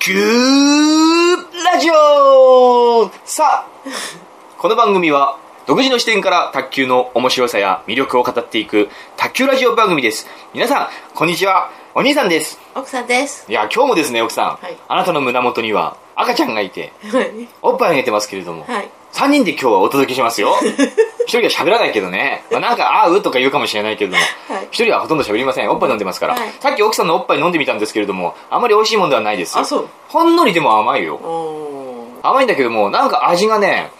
Q ラジオさあ、この番組は独自の視点から卓球の面白さや魅力を語っていく卓球ラジオ番組です。皆さん、こんにちは。お兄さんです。奥さんです。いや、今日もですね、奥さん。はいあなたの胸元には赤ちゃんがいて、はい。おっぱいあげてますけれども、はい。 3人で今日はお届けします よ。一人は喋らないけどね。まあ、なんか、あーうとか言うかもしれないけれどもはい、一、人はほとんど喋りません。おっぱい飲んでますから、はいさっき奥さんのおっぱい飲んでみたんですけれども、あまり美味しいもんではないです。あそうほんのりでも甘いよ。おー。甘いんだけども、なんか味がね、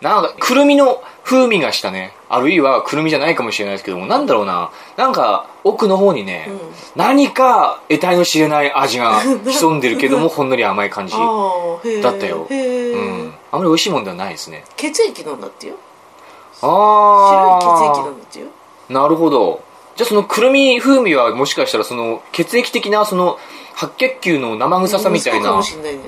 なんか、くるみの風味がしたね。あるいは、くるみじゃないかもしれないですけども、なんだろうな。なんか、奥の方にね、うん何か得体の知れない味 が潜んでるけども、ほんのり甘い感じ。うあーへーだったよへーん。あまり美味しいもんではないですね。血液なんだってよ。白い血あ液ーなんだってよ。なるほどじゃあそのくるみ風味はもしかしたらその血液的なその白血球の生臭さみたい息子かなもしんないね。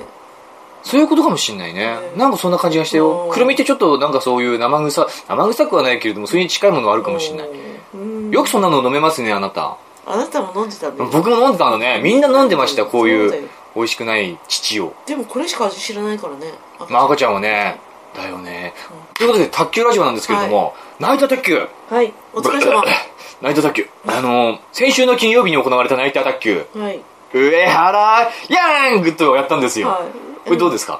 そういうことかもしんないねうんなんかそんな感じがしたようんくるみってちょっとなんかそういう生臭生臭くはないけれどもそれに近いものはあるかもしんないおー。うんよくそんなの飲めますねあなたあなたも飲んでたんだよ。僕も飲んでたんだねみんな飲んでましたこうそうだいよう美味しくない乳をでもこれしか味知らないからね。あまあ赤ちゃんはねだよねということで卓球ラジオなんですけれどもナイト卓球はい。お疲れ 様。ナイト卓球あの先週の金曜日に行われたナイト卓球はい。上原ヤングとやったんですよ、はい。これどうでですか、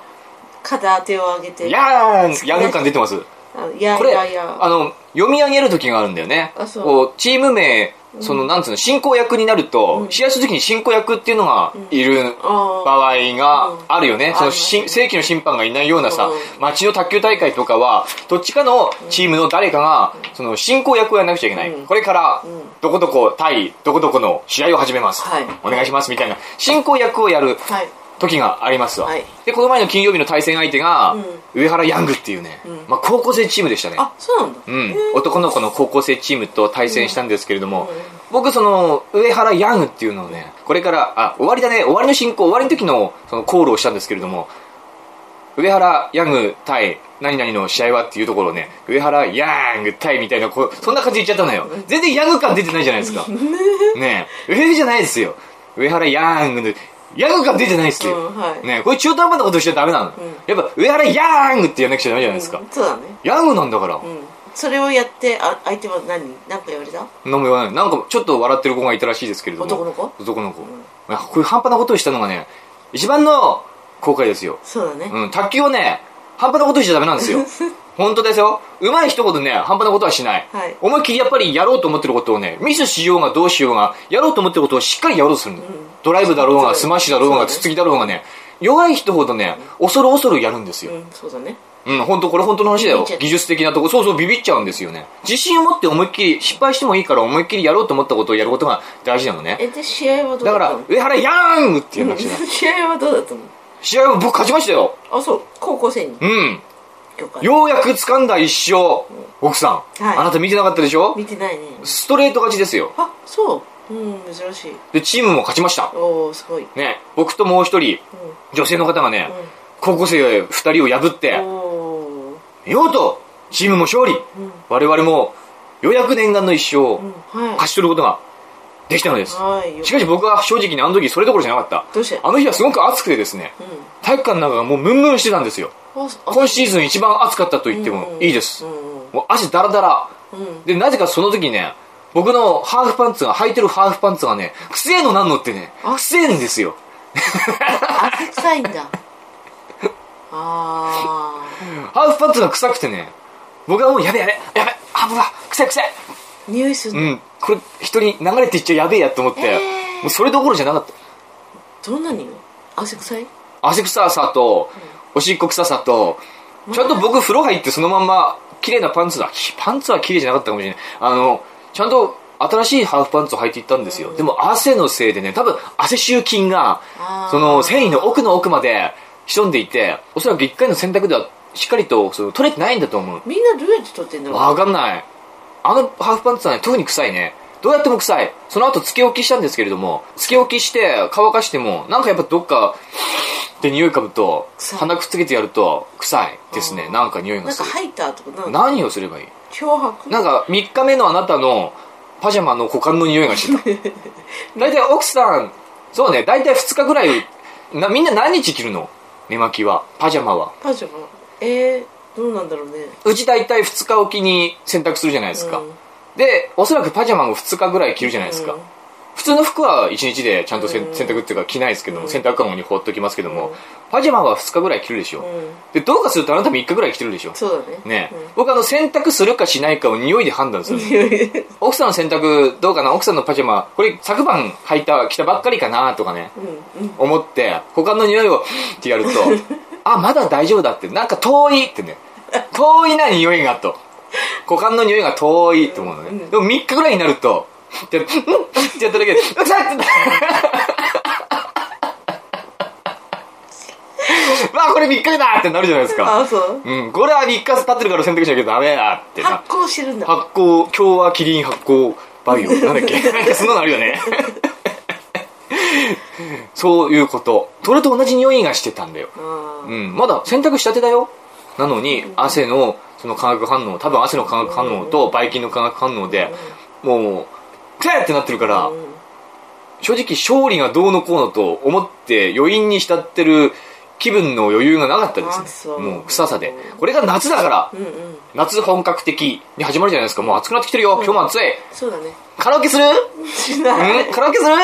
片手を上げて。ヤングヤング感出てますあいやこいれやいや。あの読み上げる時があるんだよねあそうこうチーム名その、なんつうの進行役になると、うん試合する時に進行役っていうのがいるあ場合があるよね、うんそあのりますし正規の審判がいないようなさ、う町の卓球大会とかはどっちかのチームの誰かがその進行役をやらなくちゃいけない、うんこれからうんどこどこ対どこどこの試合を始めます、はいお願いしますみたいな進行役をやるあ。はい。時がありますわ、はいでこの前の金曜日の対戦相手が、うん上原ヤングっていうね、んまあ、高校生チームでしたねあ、そうなんだ。うん、男の子の高校生チームと対戦したんですけれども、うんうん僕その上原ヤングっていうのをねこれからあ終わりだね終わりの進行終わりの時のそのコールをしたんですけれども上原ヤング対何々の試合はっていうところをね上原ヤング対みたいなこうそんな感じで言っちゃったのよ全然ヤング感出てないじゃないですか ねえ上じゃないですよ上原ヤングのヤング感出てないですよ、うんはいねえこれ中途半端なことしちゃダメなの、んやっぱ上原ヤングってやんなくちゃダメじゃないですか、うんそうだね。ヤングなんだから、うん。それをやって、あ相手は何何か言われた何も言わないなんかちょっと笑ってる子がいたらしいですけれども男の子男の子、まあこういう半端なことをしたのがね一番の後悔ですよ、そうだね。うん、卓球はね半端なことしちゃダメなんです よ本当ですようまい一言ね半端なことはしない、はい思いっきりやっぱりやろうと思ってることをねミスしようがどうしようがやろうと思ってることをしっかりやろうとするの、ドライブだろうがそうスマッシュだろうそがうねつつきだろうがね弱い人ほどね恐る恐るやるんですよ、うん、そうだね。うん、本当これ本当の話だビビよっちゃ。う技術的なとこ、そうそうビビっちゃうんですよね。自信を持って思いっきり、失敗してもいいから思いっきりやろうと思ったことをやることが大事なのね。え、で、試合はどうだだかったらの、上原ヤングっていう話だ。 試合はどうだったの試合は僕勝ちましたよ。あ、そう、高校生にうん。許可。ようやく掴んだ一勝。奥さん、はいあなた見てなかったでしょ見てないね。ストレート勝ちですよ。あ、そう。うん、珍しい。で、チームも勝ちました。おー、すごい。ね、僕ともう一人、う女性の方がね、ん。高校生二人を破っうん。て、おー。見事、チームも勝利。うん。我々も、ようやく念願の一勝をうん。は勝ち取ることができたのでい。す。はい。よしかし僕は正直にあの時それどころじゃなかった。どうしてあの日はすごく暑くてですね、う体育館の中がもうムンムンしてたんですよ。ん。あ、そ今シーズン一番暑かったと言ってうもんいいですう。ん。もう足ダラダラ。うん。で、なぜかその時ね、僕のハーフパンツが、履いてるハーフパンツがね、くせえのなんのってね、あくせえんですよ。汗臭いん だ。あハーフパンツが臭くてね、僕はもうやべえやべえ、やべえ、ハーフが、くせえくせえ。ー。匂いするうの。ん、これ人に流れていっちゃやべえやと思って、えーもうそれどころじゃなかった。どんな匂い汗臭い汗臭さと、おしっこ臭さと、ちゃんと僕風呂入ってそのまんま、綺麗なパンツだ。ひパンツは綺麗じゃなかったかもしれない。あの、ちゃんと新しいハーフパンツを履いていったんですよ。でも汗のせいでね、多分汗臭菌があ、ーその繊維の奥の奥まで潜んでいて、おそらく一回の洗濯ではしっかりとその取れてないんだと思う。みんなどうやって撮ってんだろうわかんない。あのハーフパンツはね、特に臭いね。どうやっても臭い。その後、つけ置きしたんですけれども、つけ置きして、乾かしても、なんかやっぱどっか、で匂い嗅ぐと、臭い鼻くっつけてやると、臭いですね。あーなんか匂いがなんすかる。入ったとか、なんか何をすればいい漂白なんか、3日目のあなたの、パジャマの股間の匂いがしてた。大体奥さん、そうね、大体2日ぐらい、なみんな何日着るの寝巻きはパジャマはパジャマえー、どうなんだろうねうち大体2日おきに洗濯するじゃないですか、うんでおそらくパジャマも2日ぐらい着るじゃないですか、うん普通の服は1日でちゃんとせんうん洗濯っていうか着ないですけども、うん洗濯かごに放っておきますけども、うんパジャマは2日ぐらい着るでしょ、うんでどうかするとあなた3日ぐらい着てるでしょそうだねね、僕あの洗濯するかしないかを匂いで判断するのうん奥さんの洗濯どうかな奥さんのパジャマこれ昨晩履いた着たばっかりかなとかねうんうん思って他の匂いをって やるとあまだ大丈夫だってなんか遠いってね遠いな匂いがと股間の匂いが遠いと思うのね、うんでも3日ぐらいになるとってうんってやっただけで「うっさっ!」って まあこれ3日だってなるじゃないですかあそううんこれは3日経ってるから洗濯しなきゃダメだってな発酵してるんだ発酵今日はキリン発酵バ イオなんだっけ なんかそんなのあるよねそういうことそれと同じ匂いがしてたんだよ、あうーん、まだ洗濯したてだよなのに汗のその化学反応多分汗の化学反応とばい菌の化学反応でもうクセってなってるからうん正直勝利がどうのこうのと思って余韻に浸ってる気分の余裕がなかったあですねそうもう臭さでこれが夏だからうんうん夏本格的に始まるじゃないですかもう暑くなってきてるよ今日も暑いそうだね カラオケするうしないんカラオケする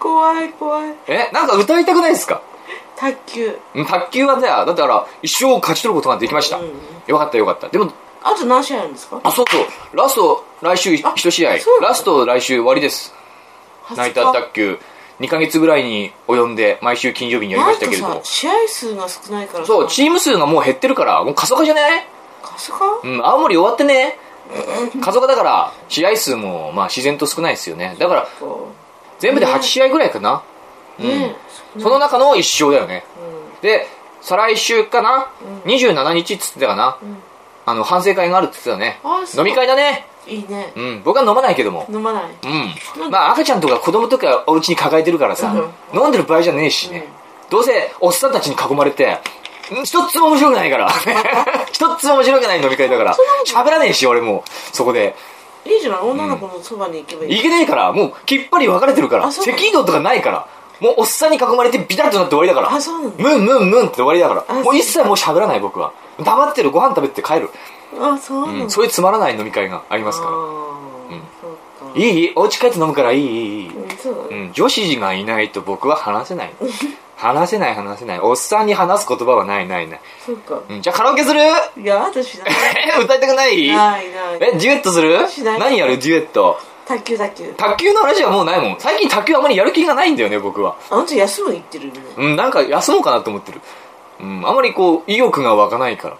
怖い怖いえなんか歌いたくないですか卓球うん卓球はねだってから一生勝ち取ることができました、うんよかったよかったでもあと何試合あるんですかあそうそうラスト来週あ一試合そうラスト来週終わりですナイター卓球2ヶ月ぐらいに及んで毎週金曜日にやりましたけれどなんもかさ試合数が少ないからさそうチーム数がもう減ってるからもう過疎化じゃねカスカうん、青森終わってね過疎化だから試合数もまあ自然と少ないですよねだからこ全部で8試合ぐらいかな、うねえその中の1勝だよねで再来週かな、うん27日っつってたかな、うんあの反省会があるっつってたねあそう飲み会だねいいねうん僕は飲まないけども飲まないうんまあ赤ちゃんとか子供とかお家に抱えてるからさ、飲んでる場合じゃねえしね、どうせおっさんたちに囲まれてん一つも面白くないから 一つも面白くない飲み会だから喋らねえし俺もうそこでいいじゃない女の子のそばに行けばいいいけねえからもうきっぱり分かれてるからあそう赤移動とかないからもうおっさんに囲まれてビタッとなって終わりだからあそうなんだムンムンムンって終わりだかあらそうもう一切もう喋らない僕は黙ってるご飯食べて帰る、あそううんなんだそういうつまらない飲み会がありますかあーそうらかいいいいお家帰って飲むからいいいいいい、うんそうだうねん、女子がいないと僕は話せ ない話せない話せないおっさんに話す言葉はないないない、そうかうん、じゃあカラオケする いや私ないえ歌いたくないないないえデュエットするしない何やるデュエット卓球卓球卓球の話はもうないもん最近卓球あまりやる気がないんだよね僕はあの人休むに行ってるよねうん、なんか休もうかなと思ってる。うん、あまりこう、意欲が湧かないから。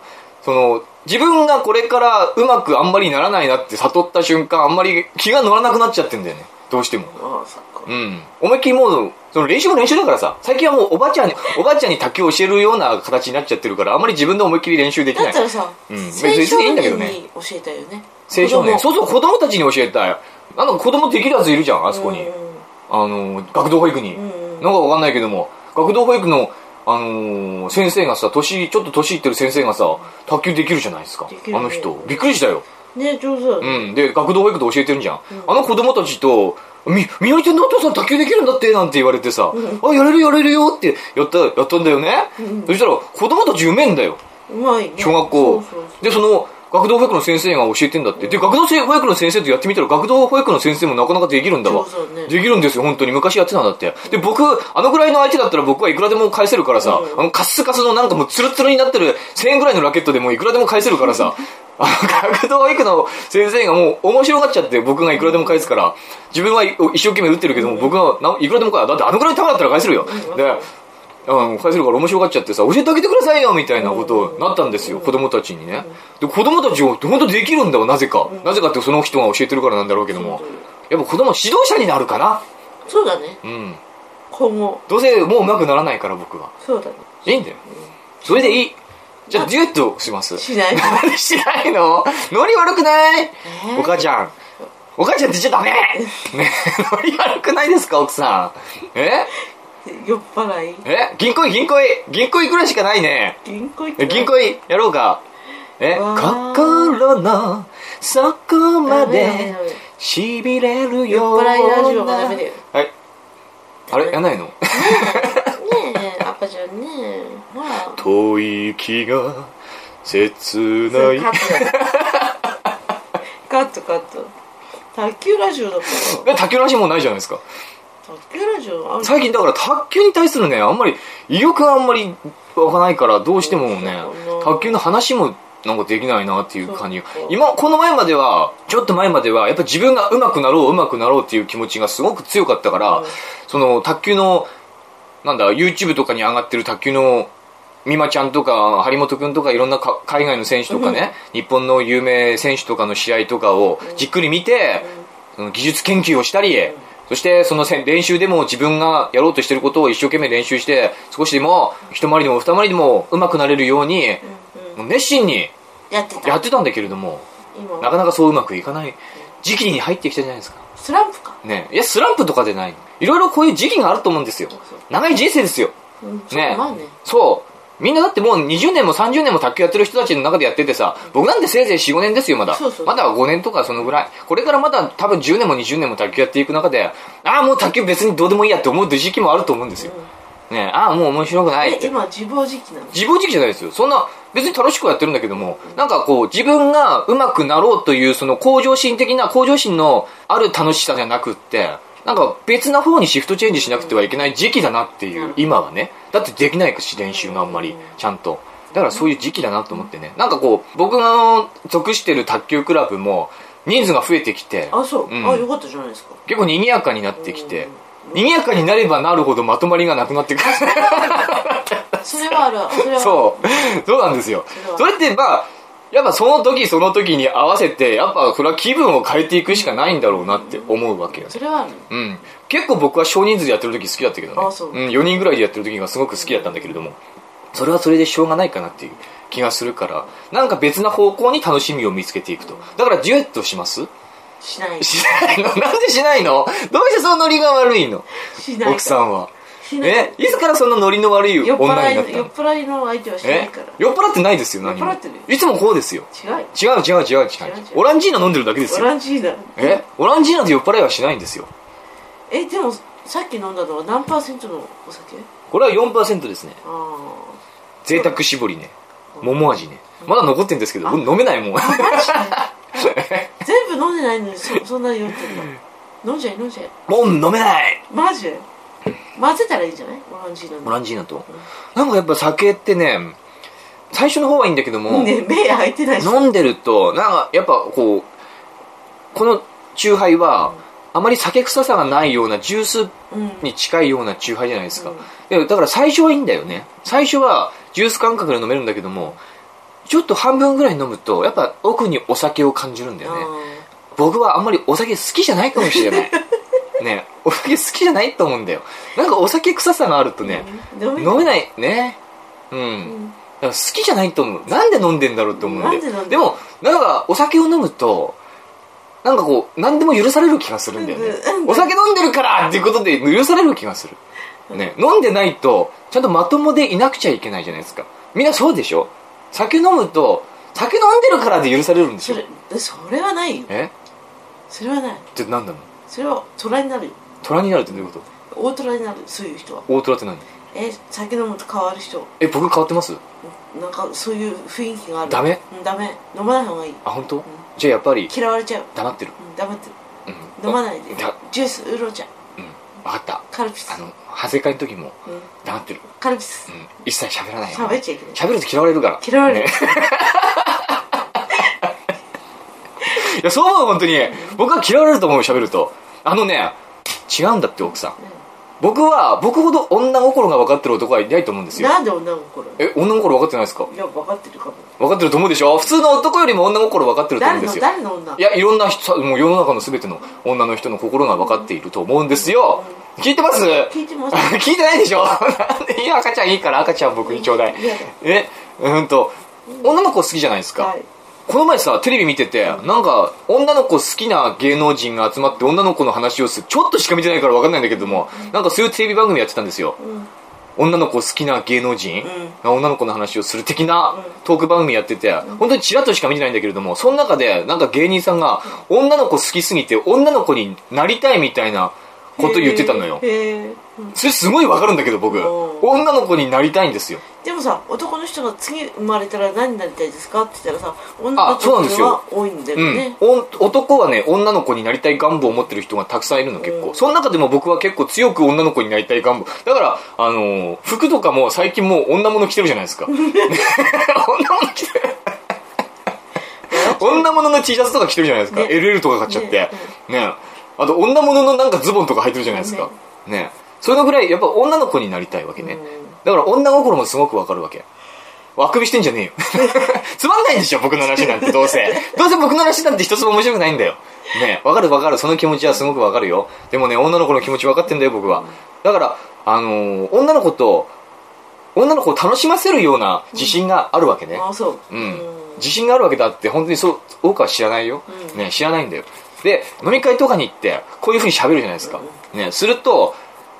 その、自分がこれからうまくあんまりならないなって悟った瞬間、あんまり気が乗らなくなっちゃってんだよね。どうしても。ああそっかうん。思いっきりもう、その練習も練習だからさ、最近はもうおばあちゃんに、おばあちゃんに卓球を教えるような形になっちゃってるから、あんまり自分で思いっきり練習できだなっいた。らさうん別青にいい少んだけど年ねに教えたいよね青少年。子供そうそう、子供たちに教えたい。なんか子供できるやついるじゃん、あそこに。うんあの学童保育に、うんうんなんかわかんないけども学童保育の、あのー先生がさ年ちょっと年いってる先生がさ卓球できるじゃないですか、できるあねの人びっくりしたよ、ね上手だうねん、で学童保育で教えてるじゃん、あの子供たちと「みみのりちゃんのお父さん卓球できるんだって」なんて言われてさ「あやれるやれるよ」ってやったやったんだよね、そしたら子供たちうめえんだようまいね小学校そうそうそうでその学童保育の先生が教えてんだってで学童保育の先生とやってみたら学童保育の先生もなかなかできるんだわそうそうねできるんですよ本当に昔やってたんだってで僕あのぐらいの相手だったら僕はいくらでも返せるからさ、うんあのカッスカスのなんかもうツルツルになってる1000円ぐらいのラケットでもいくらでも返せるから さあの学童保育の先生がもう面白がっちゃって僕がいくらでも返すから自分は一生懸命打ってるけども僕がないくらでも返だってあのぐらいの球だったら返せるよ、んであの返せるから面白がっちゃってさ教えてあげてくださいよみたいなことになったんですよ、子供たちにね、で子供たちを本当できるんだわなぜか、なぜかってその人が教えてるからなんだろうけどもそうやっぱ子供指導者になるかなそうだねうん今後どうせもう上手くならないから僕はそうだねいいんだよそれでいいじゃあデュエットしますしないなんで しないのノリ悪くないえお母ちゃんお母ちゃんって言っちゃダ メねノリ悪くないですか奥さんえ酔っ払いえ銀行員銀行員銀行員ぐらいしかないね銀行行ってえ銀行員やろうかえわー心の底まダメダでメダメしびれるような酔っ払いラジオがダメだよはいあれやんないのね 吐息が切そなれいカットだカットカット卓球ラジオだからえ卓球らしいもんないじゃないですか卓球ラジオある最近だから卓球に対するねあんまり意欲があんまり湧かないからどうしてもねそうかな卓球の話もなんかできないなっていう感じがそうか今この前まではちょっと前まではやっぱ自分が上手くなろう上手くなろうっていう気持ちがすごく強かったから、うんその卓球のなんだ YouTube とかに上がってる卓球の美馬ちゃんとか張本君とかいろんなか海外の選手とかね、日本の有名選手とかの試合とかをじっくり見て、その技術研究をしたり、そしてそのせん練習でも自分がやろうとしてることを一生懸命練習して少しでも一回りでも二回りでも上手くなれるように、うんうんもう熱心にやってたやってたんだけれども今なかなかそううまくいかない時期に入ってきたじゃないですかスランプかねえいやスランプとかでないいろいろこういう時期があると思うんですよ長い人生ですようんそうねまあねそうみんなだってもう20年も30年も卓球やってる人たちの中でやっててさ僕なんてせいぜい45年ですよまだそうそうまだ5年とかそのぐらいこれからまだ多分10年も20年も卓球やっていく中でああもう卓球別にどうでもいいやって思う時期もあると思うんですよ、ねえああもう面白くないってえ今自暴自棄なの自暴自棄じゃないですよそんな別に楽しくはやってるんだけどもなんかこう自分が上手くなろうというその向上心的な向上心のある楽しさじゃなくってなんか別な方にシフトチェンジしなくてはいけない時期だなっていう今はねだってできないし練習があんまりちゃんとだからそういう時期だなと思ってねなんかこう僕が属してる卓球クラブも人数が増えてきてあそううんあよかったじゃないですか結構賑やかになってきて賑やかになればなるほどまとまりがなくなってくるそれはあるそれ はそう。そうなんですよ。それって、まあ、やっぱその時その時に合わせて、やっぱそれは気分を変えていくしかないんだろうなって思うわけよね。それはあるうん。結構僕は少人数でやってる時好きだったけどね。、あそうん4人ぐらいでやってる時がすごく好きだったんだけれども、それはそれでしょうがないかなっていう気がするから、なんか別な方向に楽しみを見つけていくと。だからデュエットしますしないしないの なんでしないのどうしてそのノリが悪いのしない奥さんは。しないえ、いつからそんなノリの悪い酔っ女払にいなっのた酔のっ払いの相手はしなえいから酔っ払ってないですよ何も酔っ払ってるよいつもこうですよ違う違う違う違う違うオランジーナ飲んでるだけですよオランジーだえオランジーナで酔っ払いはしないんですよえでもさっき飲んだのは何パーセントのお酒これは4%ですねあ贅沢絞りね桃味ねまだ残ってんですけど僕飲めない もんあ全部飲んでないのにそ そんなに酔ってんの飲んじゃい飲んじゃいもう飲めないマジ混ぜたらいいんじゃないオランジーオなランジーナとなんかやっぱ酒ってね最初の方はいいんだけども、のね目開いてないし飲んでるとなんかやっぱこうこのチューハイはあまり酒臭さがないようなジュースうんに近いようなチューハイじゃないですか、うんでだから最初はいいんだよね最初はジュース感覚で飲めるんだけどもちょっと半分ぐらい飲むとやっぱ奥にお酒を感じるんだよね僕はあんまりお酒好きじゃないかもしれない ねお酒好きじゃないと思うんだよなんかお酒臭さがあるとねうん飲め飲めないねうん、うんだから好きじゃないと思うなんで飲んでんだろうと思うんでなんで飲んでんでもなんかお酒を飲むとなんかこう何でも許される気がするんだよねうんうんお酒飲んでるからっていうことで許される気がする、ね、飲んでないとちゃんとまともでいなくちゃいけないじゃないですかみんなそうでしょ酒飲むと酒飲んでるからで許されるんですそよれそれはないよえそれはなっいて何なのそれは虎になるよ虎になるってどういうこ大虎になるそういう人はと大虎って何え酒飲むと変わる人え僕変わってますなんかそういう雰囲気があるダメうんダメ飲まない方がいいあ本当、じゃあやっぱり嫌われちゃう黙ってるうん黙ってうん飲まないでだジュースウーロン茶うん分かったカルピスあの反省会の時もうん黙ってるカルピスうん一切喋らないよ喋っちゃいけない喋ると嫌われるから嫌われるね いやそう思う本当に僕は嫌われると思う喋るとあのね違うんだって奥さん僕は僕ほど女心が分かってる男はいないと思うんですよなんで女心え女心分かってないですかいや分かってるかも分かってると思うでしょ普通の男よりも女心分かってると思うん誰でのすよ誰の女いやいろんな人もう世の中の全ての女の人の心が分かっていると思うんですよ聞いてます聞いてます 聞いてないでしょなんでいや赤ちゃんいいから赤ちゃん僕にちょうだいいやいえうんと女の子好きじゃないですか、はいこの前さテレビ見ててなんか女の子好きな芸能人が集まって女の子の話をするちょっとしか見てないから分かんないんだけどもなんかそういうテレビ番組やってたんですよ、ん女の子好きな芸能人が女の子の話をする的なトーク番組やってて本当にちらっとしか見てないんだけれどもその中でなんか芸人さんが女の子好きすぎて女の子になりたいみたいなこと言ってたのよへえそれすごいわかるんだけど僕おー女の子になりたいんですよでもさ男の人が次生まれたら何になりたいですかって言ったらさ女あのそう子なんっでていすうのよは多いんだようねん、お男はね女の子になりたい願望を持ってる人がたくさんいるの結構、うんその中でも僕は結構強く女の子になりたい願望だから、あのー服とかも最近もう女物着てるじゃない ですか女物着てる女物の T シャツとか着てるじゃないですか、ね LL とか買っちゃってねねあと女物のなんかズボンとか履いてるじゃないですかねそれのぐらいやっぱ女の子になりたいわけね、うんだから女心もすごくわかるわけあくびしてんじゃねえよ つまんないんでしょ僕の話なんてどうせどうせ僕の話なんて一つも面白くないんだよねえわかるわかるその気持ちはすごくわかるよでもね女の子の気持ちわかってんだよ僕はだからあのー女の子と女の子を楽しませるような自信があるわけね、あそうう、うん自信があるわけだって本当にそう多くは知らないよ、うんね、知らないんだよで飲み会とかに行ってこういうふうに喋るじゃないですか、ね、すると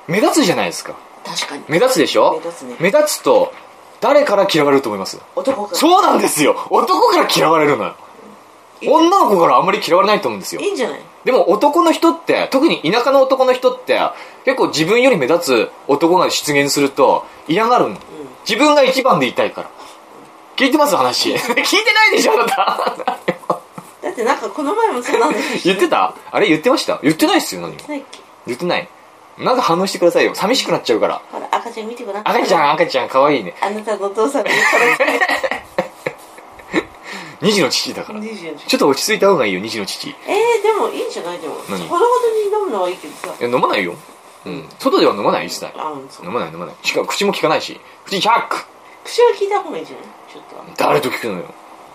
目立つじゃないですか確かに目立つでしょ目立つね目立つと誰から嫌われると思います男がそうなんですよ男から嫌われるのよいい女の子からあんまり嫌われないと思うんですよいいんじゃないでも男の人って特に田舎の男の人って結構自分より目立つ男が出現すると嫌がるの、自分が一番でいたいから聞いてます話 聞いてないでしょあなただってなんかこの前もそんな話言ってたあれ言ってました言ってないっすよ何もないっけ言ってないなんか反応してくださいよ寂しくなっちゃうからほら赤ちゃん見てごらん赤ちゃん赤ちゃん可愛いねあなたのお父さんの体2時の父だからが24時ちょっと落ち着いた方がいいよ2時の父いえー、でもいいんじゃないでもほど何ほどに飲むのはいいけどさや飲まないようん外では飲まない一切あうんそう飲まない飲まないしかも口も利かないし口100口は聞いた方がいいんじゃないちょっ誰と聞くのよ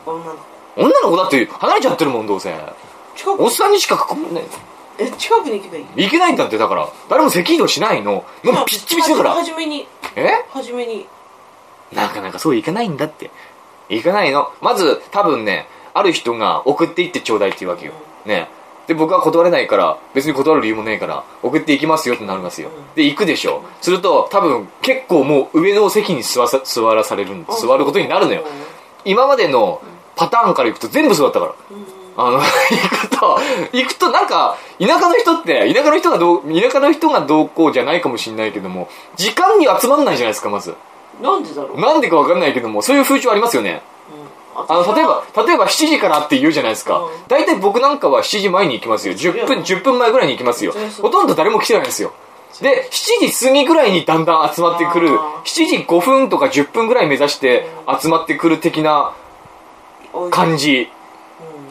と女の子女の子だって離れちゃってるもんどうせ近おくっさんにしか囲むねえ近くに行けばいいいけないんだってだから誰も責任しないのもうピッチピチだから初めにえ初めになかなかそういかないんだっていかないのまず多分ねある人が送っていってちょうだいって言うわけよねで僕は断れないから別に断る理由もないから送っていきますよってなりますよで行くでしょすると多分結構もう上の席に座さ座らされるん座ることになるのよ今までのパターンからいくと全部そうだったからうんあの、行くと、行くとなんか、田舎の人って、田舎の人がどう、田舎の人がどうこうじゃないかもしれないけども、時間に集まんないじゃないですか、まず。なんでだろう、うん、なんでかわかんないけども、そういう風潮ありますよね。あの、例えば、例えば7時からって言うじゃないですかうん。大体僕なんかは7時前に行きますよ。10分、10分前ぐらいに行きますよそうそう。ほとんど誰も来てないんですよ。で、7時過ぎぐらいにだんだん集まってくる、7あ時5分とか10分ぐらい目指して集まってくる的な感じ。うん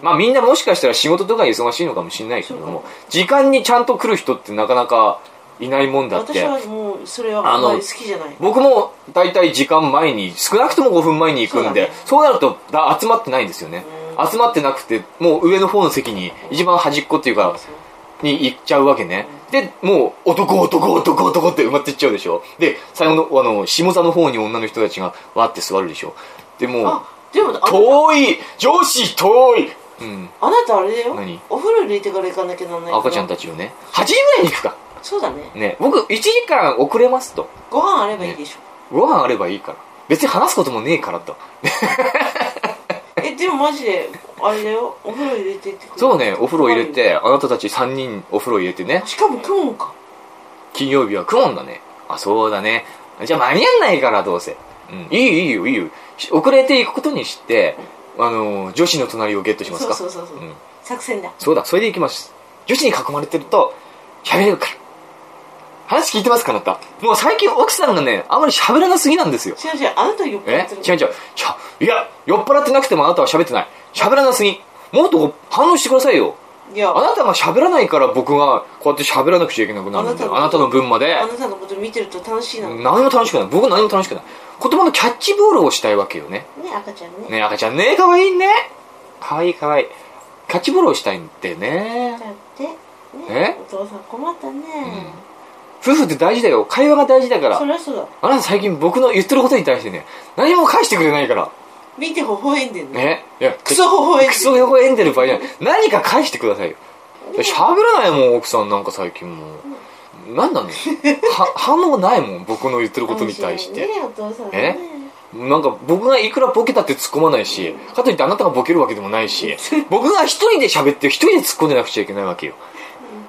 まあみんなもしかしたら仕事とか忙しいのかもしれないけどそうもか時間にちゃんと来る人ってなかなかいないもんだっ私てはもうそれはあんまり好きじゃない僕も大体時間前に少なくとも5分前に行くんでそう,、なるとだ集まってないんですよね集まってなくてもう上の方の席に一番端っこっていうかそうに行っちゃうわけねでもう男男男男って埋まってっちゃうでしょで最後のあの下座の方に女の人たちがわって座るでしょでもうあでもあなた遠い女子遠いうんあなたあれだよ何お風呂入れてから行かなきゃならないから赤ちゃんたちをね8時ぐらいに行くかそうだねね僕1時間遅れますとご飯あればいいでしょ、ご飯あればいいから別に話すこともねえからとえでもマジであれだよお風呂入れてってくるそうねお風呂入れてあなたたち3人お風呂入れてねしかもクモンか金曜日はクモンだねあそうだねじゃあ間に合わないからどうせ、うん、いいよいいよいいよし遅れていくことにしてあのー女子の隣をゲットしますそかうそうそうそう、うん作戦だそうだそれでいきます女子に囲まれてると喋れるから話聞いてますかあなたもう最近奥さんがねあまり喋らなすぎなんですよ違う違うあなた酔っ払えってる違う違うちゃいや酔っ払ってなくてもあなたは喋ってない喋らなすぎもっと反応してくださいよいやあなたが喋らないから僕がこうやって喋らなくちゃいけなくなるんだよああななたたのの分まであなたのこと見てると楽しいなのね何も楽しくない僕何も楽しくない言葉のキャッチボールをしたいわけよね赤ちゃんねね赤ちゃんねかわいいねかわいいかわいいキャッチボールをしたいんだよねだってえねお父さん困ったね、夫婦って大事だよ会話が大事だからそりゃそうだあなた最近僕の言ってることに対してね何も返してくれないから見て微笑んでんねねいやクソ微笑んでクソ横笑んでる場合じゃない何か返してくださいよ喋らないもん奥さんなんか最近もう何 なのは反応ないもん僕の言ってることに対し面て白いねお父さんねなんか僕がいくらボケたって突っ込まないし かといってあなたがボケるわけでもないし僕が一人で喋って一人で突っ込んでなくちゃいけないわけよ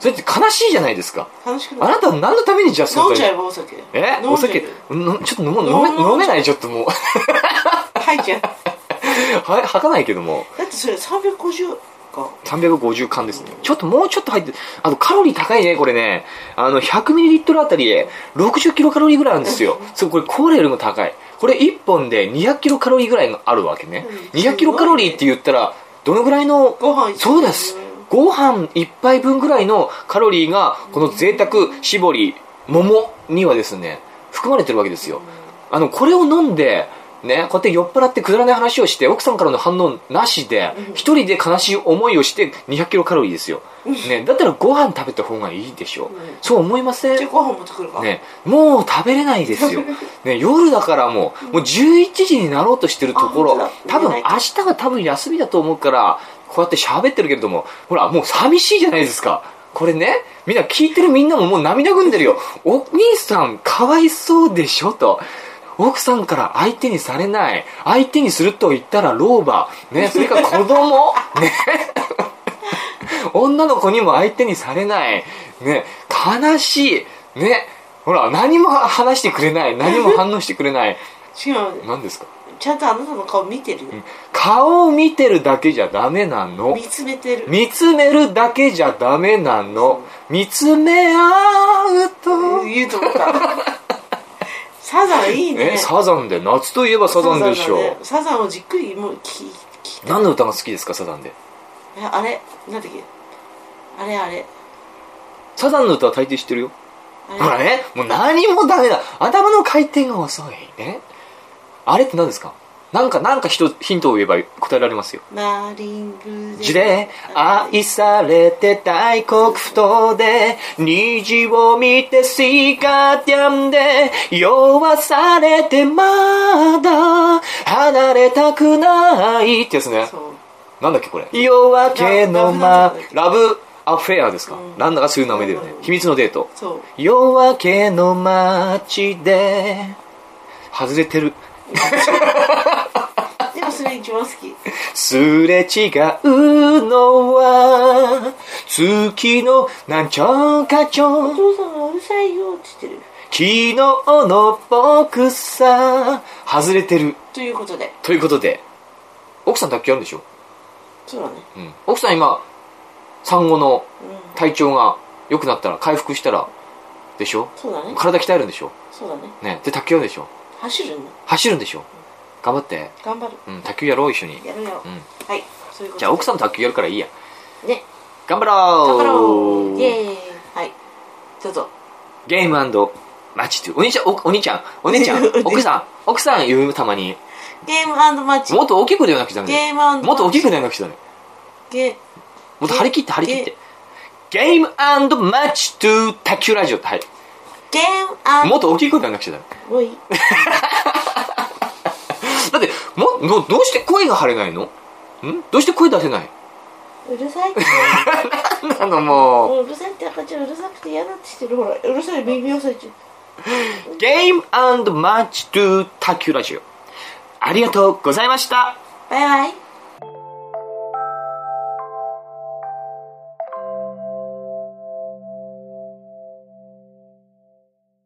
それって悲しいじゃないですか楽しくあないなたは何のためにじゃあ飲存んじゃえ在ばお酒え飲んじゃえばお酒んちょっと飲む飲め飲めないちょっともう入っちゃうだは吐かないけどもってそれ350か350缶ですねちょっともうちょっと入ってあとカロリー高いねこれねあの 100ml あたりで60キロカロリーぐらいあるんですよそうこれコーラよりも高いこれ1本で200キロカロリーぐらいあるわけねうん200キロカロリーって言ったらどのぐらいのご飯一杯そうですご飯一杯分ぐらいのカロリーがこの贅沢絞り桃にはですね含まれてるわけですよあのこれを飲んでね、こうやって酔っ払ってくだらない話をして奥さんからの反応なしでうん一人で悲しい思いをして200キロカロリーですよ、ね、だったらご飯食べた方がいいでしょううんそう思いませんじゃあご飯持ってくるかね、もう食べれないですよ、 ね、夜だからもうもう11時になろうとしてるとこあ本当ろだ多分寝な明いと日が多分休みだと思うからこうやって喋ってるけれどもほらもう寂しいじゃないですかこれねみんな聞いてるみんなももう涙ぐんでるよお兄さんかわいそうでしょと奥さんから相手にされない相手にすると言ったら老婆ねそれから子供ね女の子にも相手にされない、ね、悲しい、ね、ほら、何も話してくれ ない、何も反応してくれない、違う何ですかちゃんとあなたの顔見てるよ顔を見てるだけじゃダメなの見。つめてる見つめるだけじゃダメなの。見つめ合うと。言うと思った サザンいいねえ、サザンで、夏といえばサザンでしょサザンだねサザンをじっくりもう聞き聞いた何の歌が好きですか、サザンで。えあれなんだっけあれあれサザンの歌は大抵知ってるよ。あれほらね、もう何もダメだ。頭の回転が遅い。ね。あれって何ですかなんか、なんかひとヒントを言えば答えられますよ。マリング地で愛されて大黒ふ頭で虹を見てシカティんで酔わされてまだ離れたくないってやつねそうなんだっけこれ夜明けのまララブアフェアですか、うんなんだかそういう名前だよね秘密のデートそう夜明けの街で外れてるでもそれ一番好きすれ違うのは月のなんちょかちおょ父さんがうるさいよって言ってる昨日の僕さ外れてるということでということで奥さん卓球あるんでしょ、そうだねうん、奥さん今産後のうん体調が良くなったら回復したらでしょそうだね体鍛えるんでしょそうだねねで卓球やるんでしょ走るんだ走るんでしょ頑張って、頑張るうん、卓球やろう一緒に、やるようん、はいそういうことでじゃあ奥さんと卓球やるからいいやね頑張ろう頑張ろうイエーイはいどうぞゲームマッチってお兄ちゃんおお兄ちゃんお姉ち ゃん奥さん奥さん言うたまにゲームマッチもっと大きく言わなくちゃダメだよゲームマッチもっと大きく言わなくちゃダメゲもっと張り切って張り切ってゲームマッチトゥ卓球ラジオってはいゲームアンもっと大きく言わなくちゃダメおいだってもどどうして声が張れないのんどうして声出せないうるさいってあのもう もううるさいって赤ちゃんうるさくて嫌だってしてるほらうるさい耳押さえちゃうゲームマッチトゥ卓球ラジオありがとうございましたバイバイ